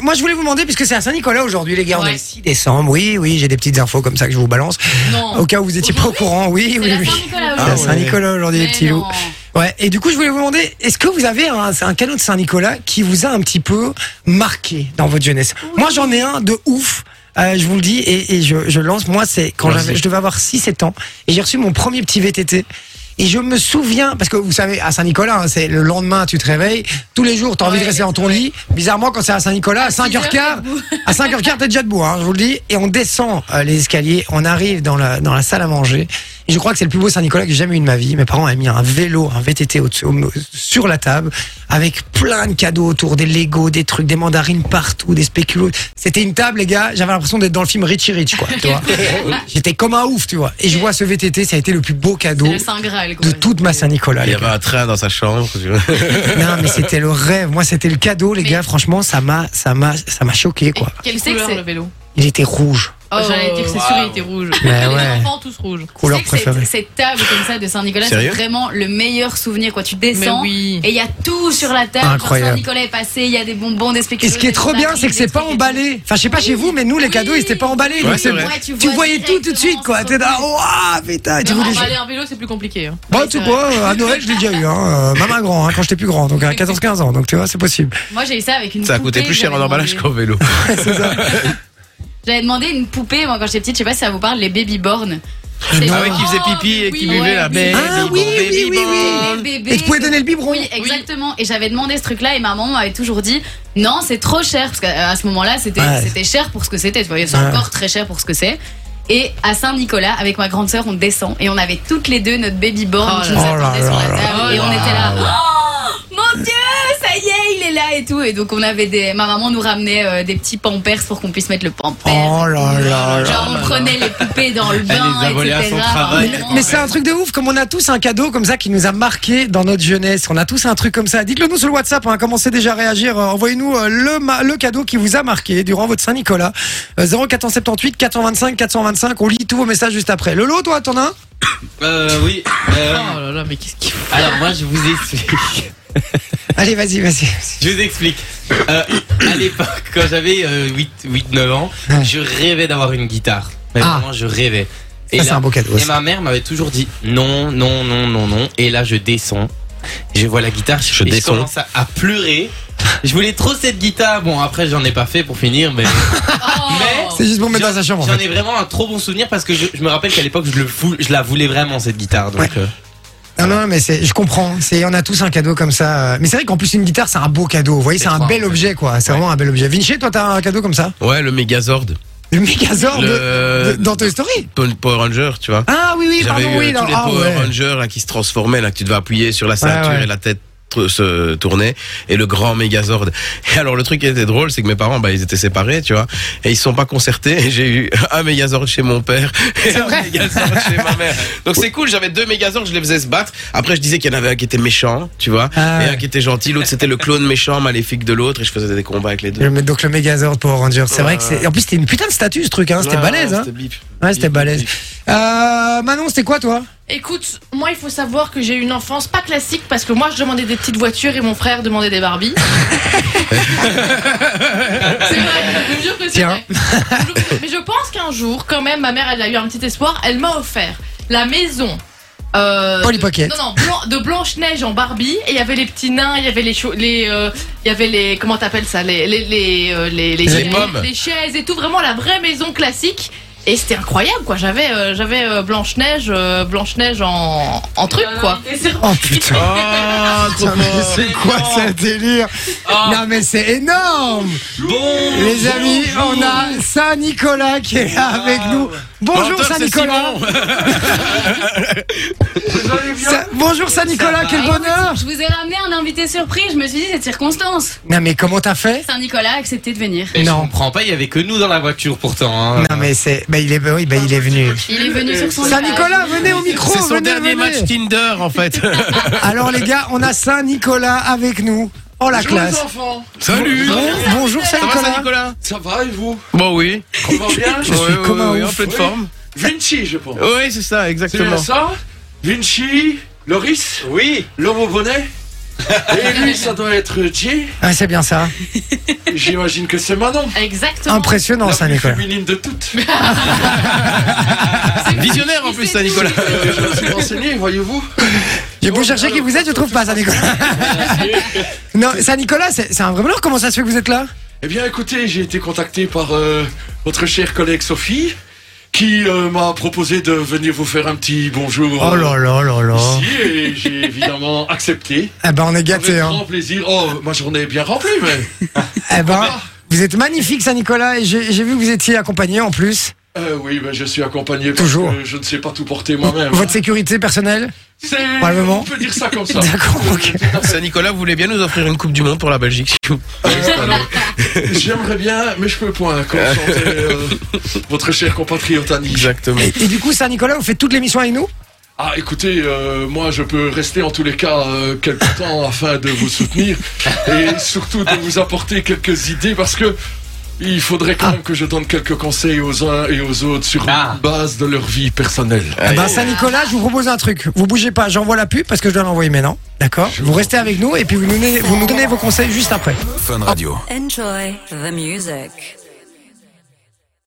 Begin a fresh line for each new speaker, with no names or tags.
moi, je voulais vous demander, puisque c'est à Saint-Nicolas aujourd'hui, les gars, on est
Ouais.
le 6 décembre. Oui, oui, j'ai des petites infos comme ça que je vous balance.
Non.
Au cas où vous étiez pas au courant, oui,
C'est
Ah, oui,
la
oui.
Saint-Nicolas
C'est à
aujourd'hui.
Saint-Nicolas aujourd'hui, les
Mais
petits
non.
loups. Ouais, et du coup, je voulais vous demander, est-ce que vous avez un, un cadeau de Saint-Nicolas qui vous a un petit peu marqué dans votre jeunesse Moi, j'en ai un de ouf. euh, je vous le dis et, et je, je lance. Moi, c'est quand
Vas-y.
j'avais- je devais avoir 6-7 ans et j'ai reçu mon premier petit VTT. Et je me souviens, parce que vous savez, à Saint-Nicolas, hein, c'est le lendemain, tu te réveilles. Tous les jours, t'as envie de
Ouais,
rester dans ton
ouais.
lit. Bizarrement, quand c'est à Saint-Nicolas, à 5h15, à 5h15, t'es déjà debout, hein, je vous le dis. Et on descend euh, les escaliers, on arrive dans la, dans la salle à manger. Et je crois que c'est le plus beau Saint-Nicolas que j'ai jamais eu de ma vie. Mes parents avaient mis un vélo, un VTT au-dessus- au- sur la table, avec plein de cadeaux autour, des Legos, des trucs, des mandarines partout, des spéculoos. C'était une table, les gars, j'avais l'impression d'être dans le film Richie Rich, quoi, tu vois. J'étais comme un ouf, tu vois. Et je vois ce VTT, ça a été le plus beau
C'est
cadeau
le Saint Graal. quoi.
de toute ma Saint-Nicolas,
Il y
les
avait
gars.
un train dans sa chambre.
Non, mais c'était le rêve. Moi, c'était le cadeau, les
Mais-
gars. Franchement, ça m'a, ça m'a, ça m'a choqué, quoi.
Quelle
Tu sais que
couleur
c'est-
le vélo
Il était rouge.
Oh,
J'allais dire, c'est sûr, il était rouge.
Mais
les
Ben ouais.
enfants, tous rouges.
Couleur
Tu sais que
préférée.
cette- Cette table comme ça de Saint-Nicolas, c'est
Sérieux
vraiment le meilleur souvenir. Quoi. Tu
Mais
descends
oui.
et il y a tout sur la table.
Incroyable.
Quand Saint-Nicolas est passé, il y a des bonbons, des
Et
spéculoos.
ce qui est
des
trop bien,
mandarines,
c'est que
des
c'est pas
trucs et
emballé. Enfin, je sais pas chez vous, mais nous, les cadeaux, ils étaient pas emballés.
Ouais,
donc
c'est
c'est-
vrai.
Ouais, tu
Tu
vois
voyais tout tout de suite, quoi. T'es
directement
là, waouh, putain, tu
Non,
voulais.
emballer un vélo, c'est plus compliqué. hein.
Bon,
Ouais,
tu
c'est
vois, à Noël, je l'ai déjà eu, hein. euh, Maman grand, hein, quand j'étais plus grand, donc à 14-15 ans. Donc tu vois, c'est possible.
tout. Moi, j'ai eu ça avec une
Ça a
poupée.
coûté plus cher en
j'avais
emballage
demandé.
qu'en vélo.
J'avais demandé une poupée, moi, quand j'étais petite, je sais pas si ça vous parle, les baby
Euh,
born. C'est-
Ah ouais, qui faisait pipi et qui buvait la baie.
Ah oui, oui, oui, oui.
Les bébés.
Et tu pouvais donner le biberon.
Oui, exactement. Et j'avais demandé ce truc-là et ma maman m'avait toujours dit non, c'est trop cher. Parce qu'à à ce moment-là, c'était
Ouais.
c'était cher pour ce que c'était. Tu vois, c'est
Ouais.
encore très cher pour ce que c'est. Et à Saint-Nicolas, avec ma grande sœur, on descend et on avait toutes les deux notre baby born
Oh
qui
là
nous
là.
attendait
Oh là
sur la
là
table
là
et on
là
était là. Oh, mon Dieu, ça y est, il est là et tout. Et donc on avait des, ma maman nous ramenait euh, des petits pampers pour qu'on puisse mettre le pampers.
Oh là là là.
Genre on prenait les poupées dans le bain,
les a volées à son
etc.
travail.
Vraiment.
Mais c'est un truc de ouf, comme on a tous un cadeau comme ça qui nous a marqué dans notre jeunesse. On a tous un truc comme ça. Dites-le nous sur le WhatsApp, hein, commencez déjà à réagir. Euh, Envoyez-nous euh, le, ma- le cadeau qui vous a marqué durant votre Saint-Nicolas. Euh, 0478 425 425, on lit tous vos messages juste après. Lolo, toi, t'en as un
Euh, oui. euh,
Oh là là, mais qu'est-ce qu'il faut
alors, moi, je vous explique.
Allez, vas-y, vas-y.
Je vous explique. Euh, à l'époque, quand j'avais euh, 8-9 ans,
Ouais.
je rêvais d'avoir une guitare. Mais
Ah.
vraiment, je rêvais.
Ça, c'est
là-
un beau cadeau.
et
ça.
ma mère m'avait toujours dit non, non, non, non, non. Et là, je descends. Je vois la guitare.
Je
et
descends.
Je commence à, à pleurer. Je voulais trop cette guitare. Bon, après, j'en ai pas fait pour finir, mais.
Oh.
Mais-
C'est juste pour mettre dans sa chambre. en
J'en
fait.
ai vraiment un trop bon souvenir parce que je, je me rappelle qu'à l'époque je le fou- je la voulais vraiment cette guitare donc
Ouais.
euh,
Non, non, mais c'est, je comprends. C'est, on a tous un cadeau comme ça. euh, Mais c'est vrai qu'en plus une guitare, c'est un beau cadeau. Vous voyez, c'est
C'est
un
fort,
bel
en fait.
objet, quoi. C'est vraiment un bel objet. Vinci, toi, t'as un cadeau comme ça
Ouais, le Megazord.
Le Megazord de- de-
Le
dans Toy Story
Paw- Power Ranger, tu vois.
Ah oui, oui,
J'avais
pardon,
eu
oui.
euh,
non,
tous les
ah,
Power
ouais.
Rangers là qui se transformaient, là que tu devais appuyer sur la ceinture
ouais.
et la tête tr- se tournait et le grand Megazord. Et alors le truc qui était drôle, c'est que mes parents, bah ils étaient séparés, tu vois, et ils se sont pas concertés. Et J'ai eu un Megazord chez mon père et un Megazord chez ma mère. Donc c'est cool, j'avais deux Megazords, je les faisais se battre. Après je disais qu'il y en avait un qui était méchant, tu vois,
Ah
et
ouais.
un qui était gentil, l'autre c'était le clone méchant maléfique de l'autre et je faisais des combats avec les deux.
Le- mais donc le Megazord Power Ranger, c'est vrai que c'est. En plus, c'était une putain de statue ce truc, hein. C'était
Ouais,
balèze, hein.
c'était bip.
Ouais, c'était
Bip,
balèze.
bip.
Euh, Manon, c'était quoi, toi
Écoute, moi il faut savoir que j'ai eu une enfance pas classique parce que moi je demandais des petites voitures et mon frère demandait des Barbies. c'est vrai, je vous jure que c'est
Tiens.
vrai. Je vous jure. Mais je pense qu'un jour, quand même, ma mère elle a eu un petit espoir, elle m'a offert la maison. Euh,
Polly Pocket.
Non, non, Blan- de Blanche-Neige en Barbie, et il y avait les petits nains, il y avait les. chou- les euh, il y avait les. Comment t'appelles ça les, les, les, euh, les,
Les pommes.
les chaises et tout, vraiment la vraie maison classique. Et c'était incroyable, quoi. J'avais euh, j'avais euh, Blanche-Neige euh, Blanche-Neige en, en truc,
Euh,
quoi.
Oh putain.
Oh,
Ah, trop
Putain, mais
fort. Ah.
c'est quoi ce délire Non mais c'est énorme
bon
Les amis, on a Saint-Nicolas qui est là avec nous. Bonjour
Menteur, Ah. Bah, c'est
Saint-Nicolas
Simon.
Ça- Bonjour Saint-Nicolas, quel bonheur
Bah, Je vous ai ramené un invité surpris, je me suis dit cette circonstance.
Non mais comment t'as fait
Saint-Nicolas a accepté de venir.
Et
Non.
Je comprends pas, il y avait que nous dans la voiture pourtant.
Ah.
hein.
Non mais c'est... Bah, il est, bah oui, bah, il est venu.
Il est venu sur son
Saint-Nicolas, venez au micro
C'est son
venez,
dernier
venez.
match Tinder en fait.
Alors les gars, on a Saint-Nicolas avec nous. Oh la classe
enfants
Salut.
Bon- Bonjour
Ça va
Saint-Nicolas
Saint-Nicolas
Ça va et vous
Bon oui.
Comment bien
Je suis comme un
en
ouf.
pleine forme.
Vinci, je pense.
Oui, c'est ça,
C'est bien
exactement.
ça Vinci, Loris
Oui
L'homme au bonnet Et lui, ça doit être Jay.
Ah, c'est bien ça.
J'imagine que c'est Manon.
Exactement.
Impressionnant,
La plus
Saint-Nicolas.
féminine de toutes.
Visionnaire en plus,
Il sait
Saint-Nicolas.
Euh, Je me suis renseigné, voyez-vous.
J'ai beau chercher qui vous êtes, je trouve pas Saint-Nicolas. non, Saint-Nicolas, c'est c'est un vrai bonheur. Comment ça se fait que vous êtes là
Eh bien, écoutez, j'ai été contacté par euh, votre chère collègue Sophie, qui euh, m'a proposé de venir vous faire un petit bonjour.
Oh là là là là.
Ici, et j'ai évidemment accepté.
Eh ben, on est gâtés.
Avec
Hein.
grand plaisir. Oh, ma journée est bien remplie, mais.
Eh ben, vous êtes magnifique, Saint-Nicolas. Et j'ai j'ai vu que vous étiez accompagné en plus.
Euh, oui, ben, je suis accompagné parce
Toujours.
que je ne sais pas tout porter moi-même.
Votre sécurité personnelle
C'est.
Probablement.
On peut dire ça comme ça.
D'accord, ok.
Saint-Nicolas voulait bien nous offrir une Coupe du Monde pour la Belgique. s'il vous plaît.
J'aimerais bien, mais je peux point. Quand chanter euh, votre cher compatriote Annie.
Exactement.
Et, et du coup, Saint-Nicolas, vous faites toute l'émission avec nous
Ah, écoutez, euh, moi, je peux rester en tous les cas euh, quelque temps afin de vous soutenir et surtout de vous apporter quelques idées parce que il faudrait
Ah.
quand même que je donne quelques conseils aux uns et aux autres sur
Ah.
la base de leur vie personnelle.
Eh ben, Saint-Nicolas, je vous propose un truc. Vous bougez pas, j'envoie la pub parce que je dois l'envoyer maintenant. D'accord Vous restez avec nous et puis vous nous donnez, vous nous donnez vos conseils juste après.
Enjoy the music.